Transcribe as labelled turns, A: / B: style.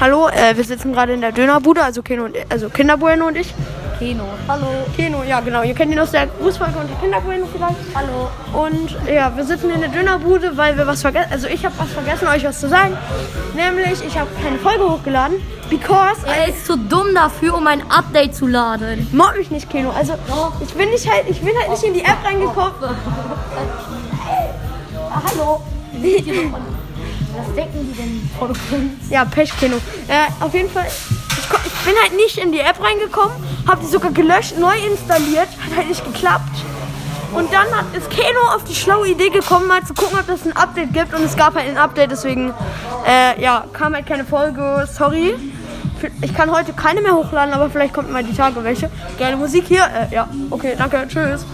A: Hallo, äh, wir sitzen gerade in der Dönerbude, also Keno und also Kinderbueno und ich.
B: Keno. Hallo.
A: Keno, ja genau, ihr kennt ihn aus der Grußfolge und der Kinderbueno vielleicht.
B: Hallo.
A: Und ja, wir sitzen in der Dönerbude, weil wir was vergessen, also ich habe was vergessen, euch was zu sagen. Nämlich, ich habe keine Folge hochgeladen, because, äh,
B: Er ist zu dumm dafür, um ein Update zu laden.
A: mobb mich nicht, Keno, also ich bin nicht halt, ich bin halt nicht in die App reingekommen.
B: Hallo. Was denken die denn von uns?
A: Ja, Pech, Keno. Äh, auf jeden Fall, ich, ko- ich bin halt nicht in die App reingekommen, habe die sogar gelöscht, neu installiert, hat halt nicht geklappt. Und dann hat, ist Keno auf die schlaue Idee gekommen, mal zu gucken, ob es ein Update gibt. Und es gab halt ein Update, deswegen äh, ja, kam halt keine Folge, sorry. Für- Ich kann heute keine mehr hochladen, aber vielleicht kommt mal die Tage welche. Geile Musik hier. Äh, ja, okay, danke, tschüss.